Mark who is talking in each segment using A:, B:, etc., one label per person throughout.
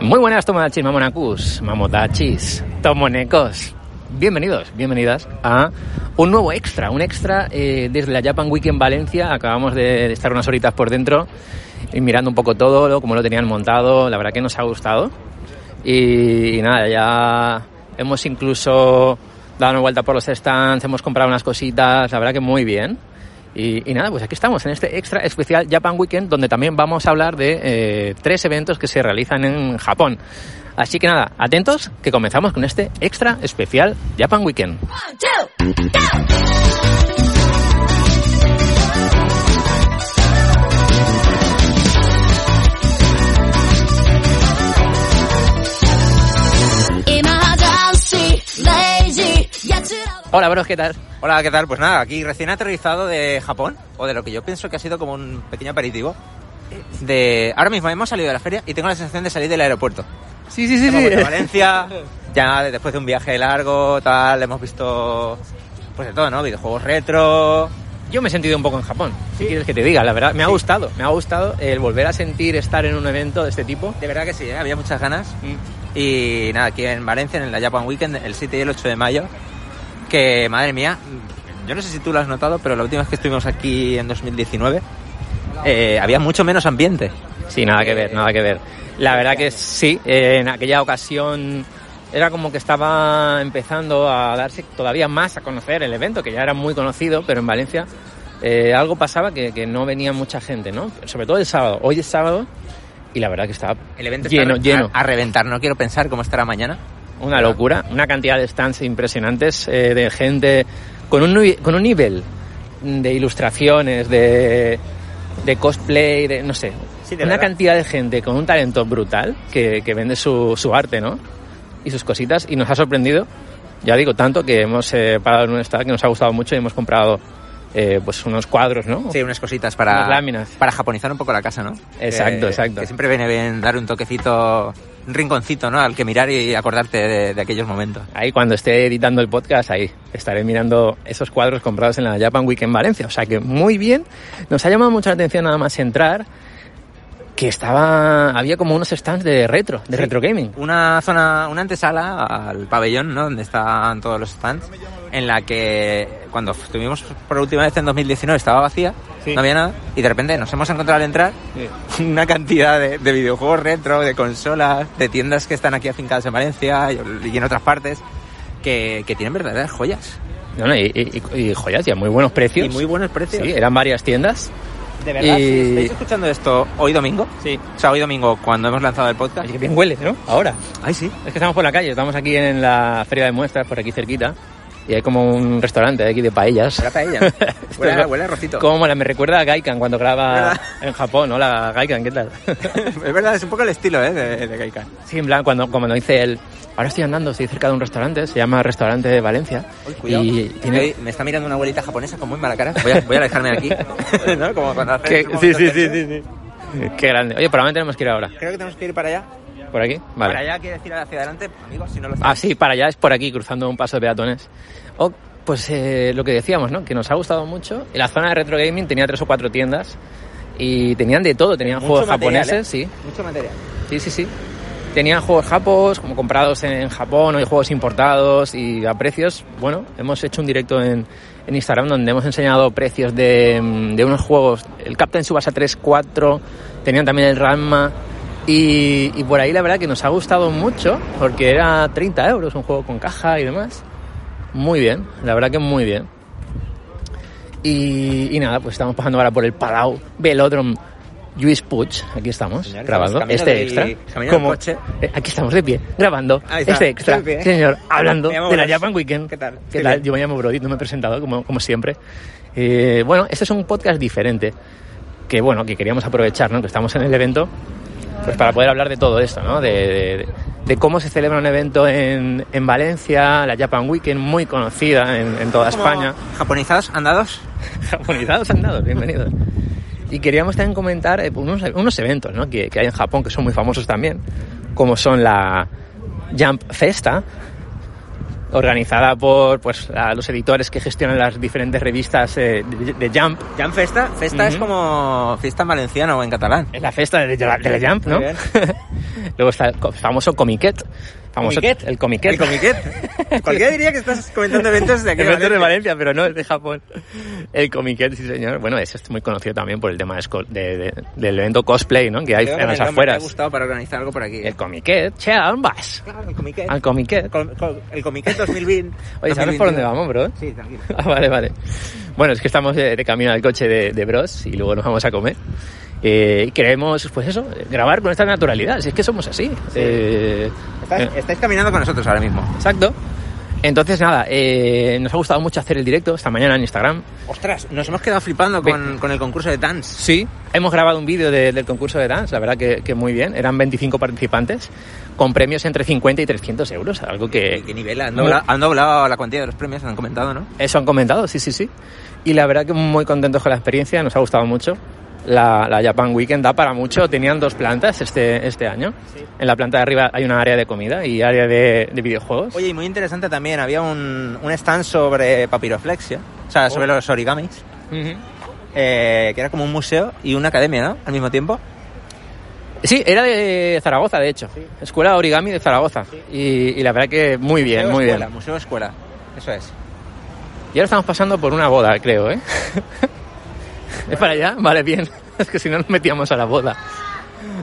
A: Muy buenas tomonachis, mamonacus, mamotachis, tomonecos. Bienvenidos, bienvenidas a un nuevo extra, un extra eh, desde la Japan Week en Valencia. Acabamos de estar unas horitas por dentro y mirando un poco todo, lo- cómo lo tenían montado. La verdad que nos ha gustado. Y, y nada, ya hemos incluso dado una vuelta por los stands, hemos comprado unas cositas, la verdad que muy bien. Y, y nada, pues aquí estamos en este extra especial Japan Weekend, donde también vamos a hablar de eh, tres eventos que se realizan en Japón. Así que nada, atentos, que comenzamos con este extra especial Japan Weekend. Hola, bros, ¿qué tal?
B: Hola, ¿qué tal? Pues nada, aquí recién aterrizado de Japón, o de lo que yo pienso que ha sido como un pequeño aperitivo. De... Ahora mismo hemos salido de la feria y tengo la sensación de salir del aeropuerto.
A: Sí, sí, sí,
B: Hemos vuelto a Valencia, ya de- después de un viaje largo, tal, hemos visto pues de todo, ¿no? Videojuegos retro.
A: Yo me he sentido un poco en Japón, si quieres que te diga, la verdad, me ha gustado, me ha gustado el volver a sentir estar en un evento de este tipo.
B: De verdad que sí, ¿eh? había muchas ganas.
A: Mm.
B: Y nada, aquí en Valencia, en la Japan Weekend, el 7 y el 8 de mayo, que madre mía, yo no sé si tú lo has notado, pero la última vez que estuvimos aquí en 2019, eh, había mucho menos ambiente.
A: Sí, nada que ver, nada que ver. La verdad que sí, eh, en aquella ocasión era como que estaba empezando a darse todavía más a conocer el evento, que ya era muy conocido, pero en Valencia eh, algo pasaba que, que no venía mucha gente, ¿no? Sobre todo el sábado. Hoy es sábado y la verdad que estaba
B: El evento
A: lleno,
B: está
A: lleno.
B: A, a reventar, no quiero pensar cómo estará mañana.
A: Una locura, una cantidad de stands impresionantes eh, de gente con un, nive- con un nivel de ilustraciones, de, de cosplay, de no sé.
B: Sí, de
A: una
B: verdad.
A: cantidad de gente con un talento brutal que, que vende su, su arte, ¿no? Y sus cositas. Y nos ha sorprendido, ya digo, tanto que hemos eh, parado en un stand que nos ha gustado mucho y hemos comprado eh, pues unos cuadros, ¿no?
B: Sí, unas cositas para.
A: Unas láminas.
B: Para japonizar un poco la casa, ¿no?
A: Exacto,
B: Que-
A: exacto.
B: Que siempre viene bien dar un toquecito, un rinconcito, ¿no? Al que mirar y acordarte de, de aquellos momentos.
A: Ahí cuando esté editando el podcast, ahí estaré mirando esos cuadros comprados en la Japan Week en Valencia. O sea que muy bien. Nos ha llamado mucho la atención nada más entrar que estaba había como unos stands de retro, de
B: Sí.
A: retro gaming.
B: Una zona, una antesala al pabellón, ¿no? Donde están todos los stands, en la que cuando estuvimos por última vez en 2019 estaba vacía,
A: Sí.
B: no había nada, y de repente nos hemos encontrado al entrar una cantidad de, de videojuegos retro, de consolas, de tiendas que están aquí afincadas en Valencia y, y en otras partes, que, que tienen verdaderas joyas.
A: No, no, y, y- y joyas, y a muy buenos precios.
B: Y muy buenos precios.
A: Sí, eran varias tiendas.
B: de verdad,
A: y-
B: si estáis escuchando esto hoy domingo,
A: Sí.
B: o sea, hoy domingo cuando hemos lanzado el podcast.
A: que bien huele, ¿no? Ahora.
B: Ay, sí.
A: Es que estamos por la calle, estamos aquí en la feria de muestras, por aquí cerquita. Y hay como un restaurante aquí de paellas.
B: Huele a paella, ¿no?
A: Esto
B: Huele a-
A: no-
B: huele a rocito.
A: Cómo mola, me recuerda a Gaikan cuando graba
B: ¿Verdad?
A: en Japón. Hola, Gaikan, ¿qué tal?
B: es verdad, es un poco el estilo, ¿eh? De, de Gaikan.
A: Sí, en plan, cuando, cuando dice él, ahora estoy andando, estoy cerca de un restaurante, se llama Restaurante de Valencia. y tiene...
B: Ey, me está mirando una abuelita japonesa con muy mala cara. Voy a, voy a alejarme de aquí. ¿No? Como cuando haces
A: Que-
B: un momento
A: sí, sí, sí,
B: tenso.
A: sí, sí. Qué grande. Oye, probablemente tenemos que ir ahora.
B: Creo que tenemos que ir para allá.
A: ¿Por aquí? Vale.
B: Para allá quiere decir hacia adelante, amigos, si no lo
A: Ah, sí, para allá es por aquí, cruzando un paso de peatones. O, pues eh, lo que decíamos, ¿no? Que nos ha gustado mucho. En la zona de retro gaming tenía tres o cuatro tiendas y tenían de todo. Tenían
B: Mucho
A: juegos
B: material,
A: japoneses,
B: ¿eh?
A: sí.
B: Mucho material.
A: Sí, sí, sí. Tenían juegos japos, como comprados en Japón, o hay juegos importados y a precios. Bueno, hemos hecho un directo en, en Instagram donde hemos enseñado precios de, mm, de unos juegos. El Captain Subasa 3, 4, tenían también el Ranma. Y, y por ahí la verdad que nos ha gustado mucho, porque era 30 euros un juego con caja y demás. Muy bien, la verdad que muy bien. Y, y nada, pues estamos pasando ahora por el Palau Velódromo Lluís Puig. Aquí estamos,
B: Señores,
A: grabando
B: estamos
A: este
B: camino
A: extra.
B: del- camino del coche.
A: eh, aquí estamos de pie, grabando
B: Ahí está,
A: este extra.
B: de pie.
A: Señor, hablando
B: Me llamo
A: de la
B: Blas.
A: Japan Weekend.
B: ¿Qué tal?
A: ¿Qué
B: Estoy
A: tal?
B: bien.
A: Yo me llamo Brody, no me he presentado como, como siempre. Eh, bueno, este es un podcast diferente que bueno, que queríamos aprovechar, ¿no? Que estamos en el evento pues para poder hablar de todo esto, ¿no? De, de- de cómo se celebra un evento en, en Valencia, la Japan Weekend, muy conocida en, en toda España.
B: Japonizados, andados.
A: Japonizados andados, bienvenidos. Y queríamos también comentar eh, unos, unos eventos ¿no? que, que hay en Japón que son muy famosos también, como son la Jump Festa, organizada por pues, la- los editores que gestionan las diferentes revistas eh, de, de Jump.
B: Jan Festa. Festa es
A: Ujú.
B: como fiesta en valenciano o en catalán.
A: Es la festa de, la- de la Jump, ¿no?
B: Muy bien.
A: Luego está el co- famoso Comiquet. Famoso,
B: ¿Comiquet?
A: El Comiquet.
B: El comiquet. Cualquiera diría que estás comentando eventos de aquí. de
A: Eventos de
B: Valencia.
A: Valencia, pero no, es de Japón. El Comiquet, sí señor. Bueno, ese es muy conocido también por el tema de esco- de- de- del evento cosplay, ¿no? Que hay
B: Creo que
A: en
B: me-
A: las
B: me ha
A: afueras.
B: gustado para organizar algo por aquí.
A: El Comiquet, che, ¿a dónde vas?
B: Claro, el comiquet.
A: Al Comiquet.
B: Col- col- El Comiquet 2020.
A: Oye, ¿sabes
B: 2021?
A: por dónde vamos, bro?
B: Sí, tranquilo.
A: Ah, vale, vale. Bueno, es que estamos de, de camino al coche de, de Bros y luego nos vamos a comer. Eh, y queremos, pues eso, grabar con esta naturalidad, si es que somos así. Eh, eh,
B: Estás- estáis caminando con nosotros ahora mismo.
A: Exacto. Entonces, nada, eh, nos ha gustado mucho hacer el directo esta mañana en Instagram.
B: Ostras, nos hemos quedado flipando
A: Ve-
B: con, con el concurso de dance.
A: Sí. Hemos grabado un vídeo de- del concurso de dance, la verdad que, que muy bien. Eran 25 participantes con premios entre 50 y 300 euros, algo que...
B: ¿Qué nivel? Han
A: muy-
B: doblado, han doblado la cuantía de los premios, han comentado, ¿no?
A: Eso han comentado, sí, sí, sí. Y la verdad que muy contentos con la experiencia, nos ha gustado mucho. La, la Japan Weekend da para mucho, tenían dos plantas este, este año. En la planta de arriba hay una área de comida y área de, de videojuegos.
B: Oye, y muy interesante también, había un, un stand sobre papiroflexia, o sea, sobre los origamis,
A: Ujú.
B: eh, que era como un museo y una academia, ¿no? Al mismo tiempo.
A: Sí, era de Zaragoza, de hecho. Escuela Origami de Zaragoza. Y, y la verdad que muy bien,
B: Museo
A: muy
B: escuela,
A: bien.
B: Museo escuela, eso es.
A: Y ahora estamos pasando por una boda, creo, ¿eh? ¿Es para allá? Vale, bien. Es que si no nos metíamos a la boda.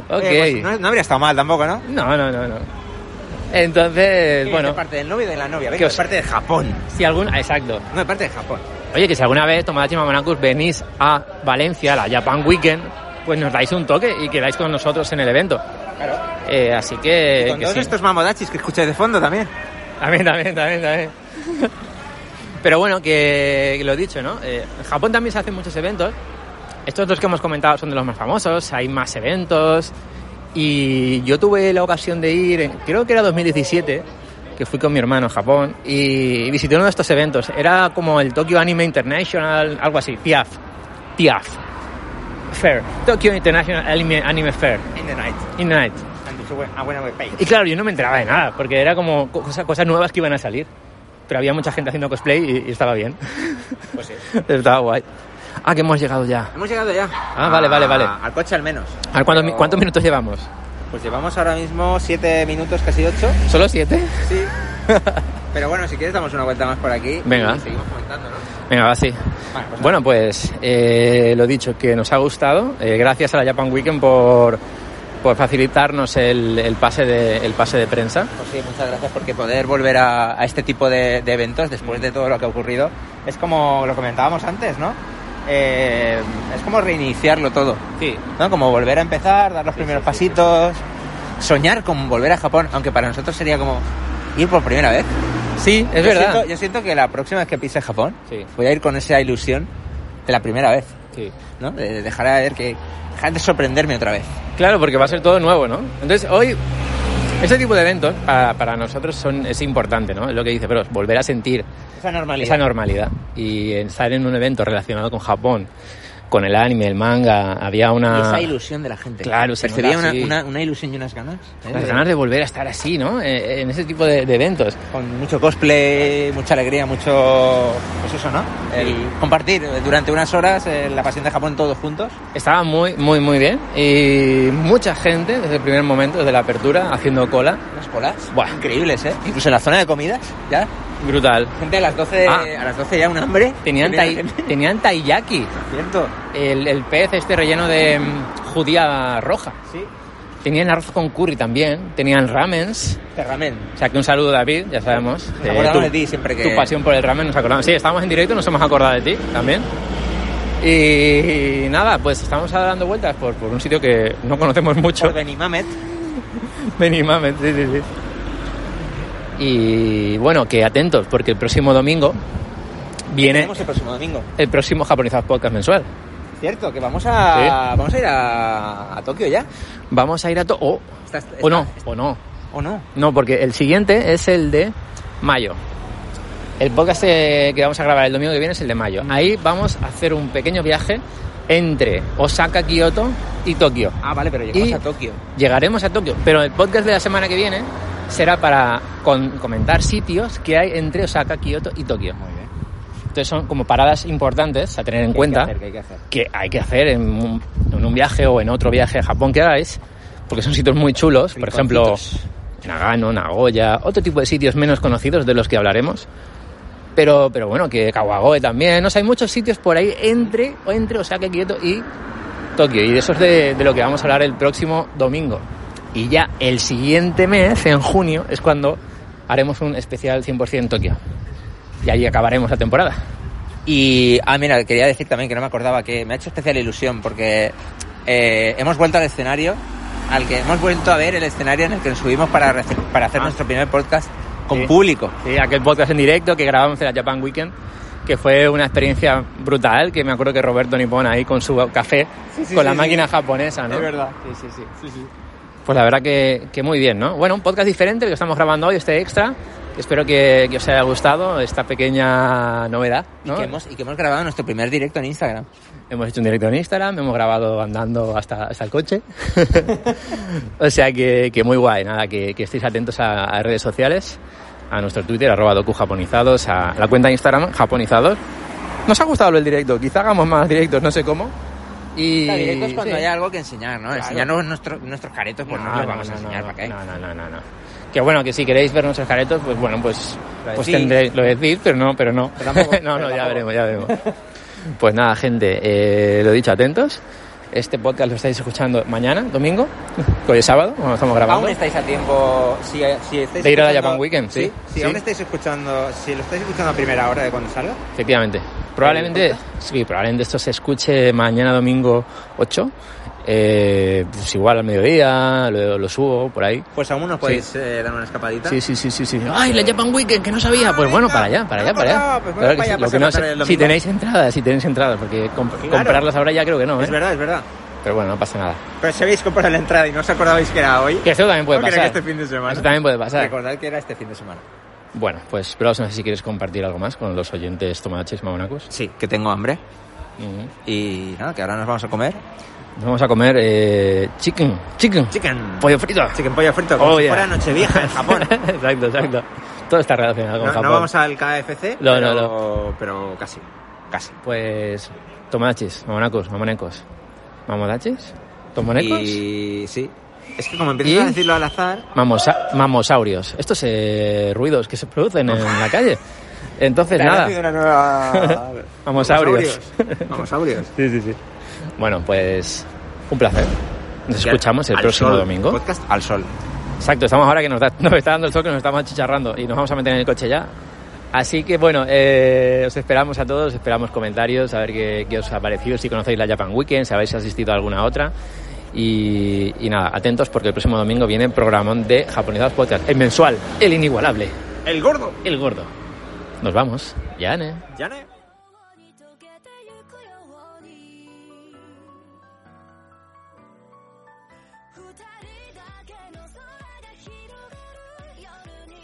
A: Ok.
B: Eh, pues, no, no habría estado mal tampoco, ¿no?
A: No, no, no, no. Entonces,
B: Eh, De
A: bueno,
B: parte del novio y de la novia,
A: ¿Qué
B: venga,
A: os-
B: de parte de Japón.
A: si algún... ah, Exacto.
B: No, de parte de Japón.
A: Oye, que si alguna vez, Tomodachi Mamanacus, venís a Valencia, a la Japan Weekend, pues nos dais un toque y quedáis con nosotros en el evento.
B: Claro.
A: Eh, así que...
B: y con
A: que
B: todos
A: sí.
B: estos mamodachis que escucháis de fondo también.
A: También, también, también, también. Pero bueno, que, que lo he dicho, ¿no? Eh, en Japón también se hacen muchos eventos. Estos dos que hemos comentado son de los más famosos, hay más eventos. Y yo tuve la ocasión de ir, en- creo que era 2017, que fui con mi hermano a Japón y visité uno de estos eventos. Era como el Tokyo Anime International, algo así, TIAF. TIAF. Fair. Tokyo International Anime, Anime Fair.
B: In the night.
A: In the night.
B: And it's a we- a winner we pay.
A: Y claro, yo no me enteraba de nada, porque era como co- cosa- cosas nuevas que iban a salir. Pero había mucha gente haciendo cosplay y, y estaba bien.
B: Pues sí.
A: estaba guay. Ah, que hemos llegado ya.
B: Hemos llegado ya.
A: Ah, vale, vale, vale.
B: Al coche al menos.
A: A ver, ¿cuántos, mi-
B: Pero-
A: cuántos minutos llevamos?
B: Pues llevamos ahora mismo 7 minutos, casi 8.
A: ¿Solo siete?
B: Sí. Pero bueno, si quieres damos una vuelta más por aquí.
A: Venga.
B: Y seguimos comentando, ¿no?
A: Venga, va, sí.
B: Vale, pues
A: Bueno, pues eh, lo dicho, que nos ha gustado. Eh, gracias a la Japan Weekend por, por facilitarnos el, el pase de, el pase de prensa.
B: Pues sí, muchas gracias porque poder volver a, a este tipo de, de eventos después
A: Mm.
B: de todo lo que ha ocurrido es como lo comentábamos antes, ¿no? Eh, es como reiniciarlo todo,
A: Sí.
B: ¿no? Como volver a empezar, dar los primeros pasitos, soñar con volver a Japón, aunque para nosotros sería como ir por primera vez.
A: Sí, es
B: Yo
A: verdad.
B: siento- yo siento que la próxima vez que pise Japón
A: Sí.
B: voy a ir con esa ilusión de la primera vez,
A: Sí.
B: ¿no? De, de dejar a ver que dejar de sorprenderme otra vez.
A: Claro, porque va a ser todo nuevo, ¿no? Entonces, hoy, este tipo de eventos para, para nosotros son, es importante, ¿no? Es lo que dice, pero volver a sentir
B: Esa normalidad.
A: esa normalidad y estar en un evento relacionado con Japón, con el anime, el manga, había
B: Y
A: una...
B: esa ilusión de la gente.
A: Claro, se
B: Percibía
A: nota,
B: una,
A: sí.
B: una- una ilusión y unas ganas. ¿eh?
A: Las ganas de volver a estar así, ¿no? Eh, En ese tipo de, de eventos.
B: Con mucho cosplay, mucha alegría, mucho... Pues eso, ¿no? El compartir durante unas horas eh, la pasión de Japón todos juntos.
A: Estaba muy, muy, muy bien y mucha gente desde el primer momento, desde la apertura, haciendo cola.
B: Unas colas
A: Buah.
B: increíbles, ¿eh? Incluso en la zona de comidas, ¿ya?
A: Brutal.
B: Gente a las 12,
A: Ah.
B: a las 12 ya un hambre.
A: Tenían, tai- tenían taiyaki,
B: Cierto.
A: el, el pez este relleno de mm, judía roja.
B: Sí.
A: Tenían arroz con curry también, tenían ramens.
B: Terramen.
A: O sea, que un saludo, David, ya sabemos. Eh,
B: Nos acordamos de ti siempre que-
A: Tu pasión por el ramen nos acordamos. Sí, estábamos en directo y nos hemos acordado de ti también. Y, nada, pues estamos ahora dando vueltas por, por un sitio que no conocemos mucho.
B: Por Benimamet.
A: Benimamet, sí, sí, sí. Y bueno, que atentos, porque el próximo domingo viene
B: Tenemos el próximo domingo.
A: el próximo Japonizados Podcast mensual.
B: Cierto, que vamos a, vamos a ir a, a Tokio ya.
A: Vamos a ir a to... o-
B: Está- está-
A: o no, o no.
B: ¿O no?
A: No, porque el siguiente es el de mayo. El podcast eh, que vamos a grabar el domingo que viene es el de mayo. Ahí vamos a hacer un pequeño viaje entre Osaka, Kioto y Tokio.
B: Ah, vale, pero llegamos
A: Y-
B: a Tokio.
A: Llegaremos a Tokio, pero el podcast de la semana que viene será para con- comentar sitios que hay entre Osaka, Kioto y Tokio.
B: Muy bien.
A: Entonces son como paradas importantes a tener en cuenta
B: ¿Qué hay que hacer?
A: que hay que hacer en un, en un viaje o en otro viaje a Japón que hagáis, porque son sitios muy chulos, por ejemplo,
B: Rinconcitos.
A: Nagano, Nagoya, otro tipo de sitios menos conocidos de los que hablaremos. Pero, pero bueno, que Kawagoe también, no sé, hay muchos sitios por ahí entre, o entre Osaka, Kioto y Tokio. Y de eso es de, de lo que vamos a hablar el próximo domingo. Y ya el siguiente mes, en junio, es cuando haremos un especial 100% Tokio. Y ahí acabaremos la temporada.
B: Y, ah, mira, quería decir también que no me acordaba que me ha hecho especial ilusión porque eh, hemos vuelto al escenario, al que hemos vuelto a ver el escenario en el que nos subimos para, rece- para hacer
A: Ah.
B: nuestro primer podcast con
A: Sí.
B: público.
A: Sí, aquel podcast en directo que grabamos en la Japan Weekend, que fue una experiencia brutal, que me acuerdo que Roberto Nippon ahí con su café,
B: Sí, sí,
A: con la
B: sí,
A: máquina japonesa, ¿no?
B: verdad, sí, sí, sí.
A: Pues la verdad que, que muy bien, ¿no? Bueno, un podcast diferente el que estamos grabando hoy, este extra. Espero que, que os haya gustado esta pequeña novedad,
B: Y,
A: ¿no?
B: que hemos, y que hemos grabado nuestro primer directo en Instagram.
A: Hemos hecho un directo en Instagram, hemos grabado andando hasta, hasta el coche. o sea que, que muy guay, nada, que, que estéis atentos a, a redes sociales, a nuestro Twitter, arroba docujaponizados, a la cuenta de Instagram, japonizados. Nos ha gustado el directo, quizá hagamos más directos, no sé cómo. Y
B: Claro, directo es cuando
A: sí.
B: haya algo que enseñar, ¿no?
A: Claro.
B: Enseñarnos nuestro- nuestros caretos, pues no, los vamos a enseñar,
A: no,
B: ¿para qué?
A: No, no, no, no, no. Que bueno, que si queréis ver nuestros caretos, pues bueno, pues,
B: Lo
A: pues
B: decís.
A: tendréis, lo decís, pero no, pero no.
B: Pero tampoco,
A: no, no,
B: pero
A: ya
B: tampoco.
A: veremos, ya veremos. Pues nada, gente, eh, lo dicho, atentos. Este podcast lo estáis escuchando mañana, domingo, que hoy es sábado, cuando estamos grabando.
B: Aún estáis a tiempo, si, si estáis
A: De ir a la
B: escuchando-
A: Japan Weekend, sí,
B: Si
A: sí.
B: aún estáis escuchando, si lo estáis escuchando a primera hora de cuando salga,
A: Efectivamente. Probablemente, sí, probablemente esto se escuche mañana domingo 8. eh, pues igual al mediodía, lo, lo subo por ahí.
B: pues aún nos podéis eh, dar una escapadita.
A: Sí, sí, sí, sí, sí. Ay, la Japan Weekend, que no sabía. Pues bueno, para allá, para allá, para allá.
B: Ah, pues bueno,
A: Claro que
B: para
A: sí.
B: allá,
A: Lo que no
B: pasar la tarde
A: sé-
B: del domingo.
A: si tenéis entradas, si tenéis entradas, porque comp- comprarlas ahora ya creo que no,
B: Es
A: ¿eh?
B: verdad, es verdad.
A: Pero bueno, no pasa nada.
B: Pero si habéis comprado la entrada y no os acordabais que era hoy,
A: Que eso también puede
B: ¿no? Que era
A: pasar.
B: este fin de semana.
A: Eso también puede pasar.
B: recordad que era este fin de semana.
A: Bueno, pues pero no sé si quieres compartir algo más con los oyentes tomaches mamonacos.
B: Sí, que tengo hambre
A: Ujú.
B: y nada, que ahora nos vamos a comer
A: Nos vamos a comer eh, chicken, chicken,
B: chicken,
A: pollo frito.
B: chicken pollo frito, como
A: Oh,
B: si
A: yeah.
B: fuera Nochevieja en Japón.
A: exacto, exacto. Todo está relacionado con
B: No,
A: Japón.
B: no vamos al KFC,
A: No,
B: pero,
A: no,
B: pero casi, casi.
A: Pues tomaches, mamonacos, mamonecos. ¿Mamodaches? ¿Tomonecos?
B: Y sí, es que como empiezas
A: ¿Y?
B: a decirlo al azar,
A: Mamosa- mamosaurios. Estos eh, ruidos que se producen en la calle. Entonces,
B: Claro, ha
A: Pues nada.
B: sido una nueva...
A: Mamosaurios.
B: Vamos, aurios.
A: Sí, sí, sí. Bueno, pues un placer. Nos escuchamos el próximo domingo.
B: Podcast al sol.
A: Exacto, estamos ahora que nos, da- nos está dando el sol, que nos estamos achicharrando y nos vamos a meter en el coche ya. Así que bueno, eh, os esperamos a todos, esperamos comentarios, a ver qué, qué os ha parecido, si conocéis la Japan Weekend, si habéis asistido a alguna otra. Y, y nada, atentos porque el próximo domingo viene el programón de Japonizados Podcast, el mensual, el inigualable.
B: El gordo.
A: el gordo. Nos vamos. Ya, ¿eh?
B: Ya no.
C: 心に溶けてゆくように二人だけの空が広がる夜に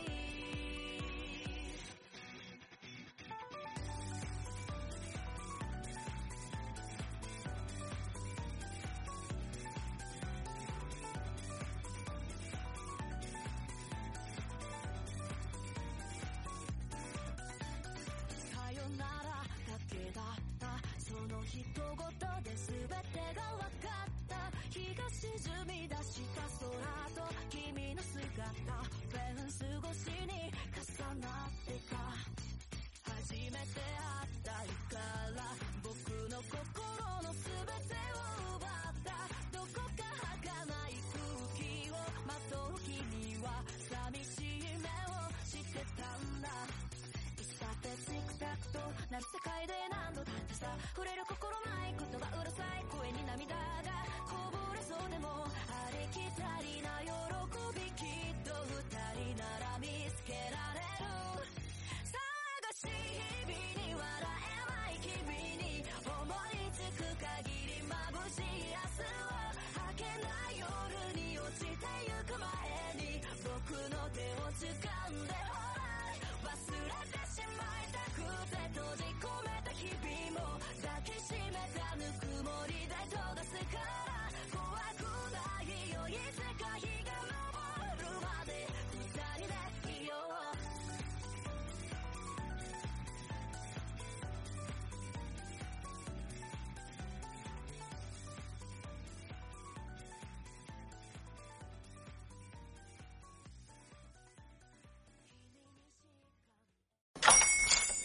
C: さよならだけだったその一言で全てが分かった日が沈み出した空と君の姿フェンス越しに重なってた初めて会った日から僕の心の全てを奪ったどこか儚い空気をまとう君は寂しい目をしてたんだ喫茶店チクタクとなる世界で何度だってさ触れる心ないことがうるさい声に涙がこぼれそうでもありきたりな喜びきっと二人なら見つけられる探し日々に笑えない君掴んでほら忘れてしまいたくて閉じ込めた日々も抱きしめたぬくもりで溶かすから怖くないよいつか日が昇るまで二人でいよう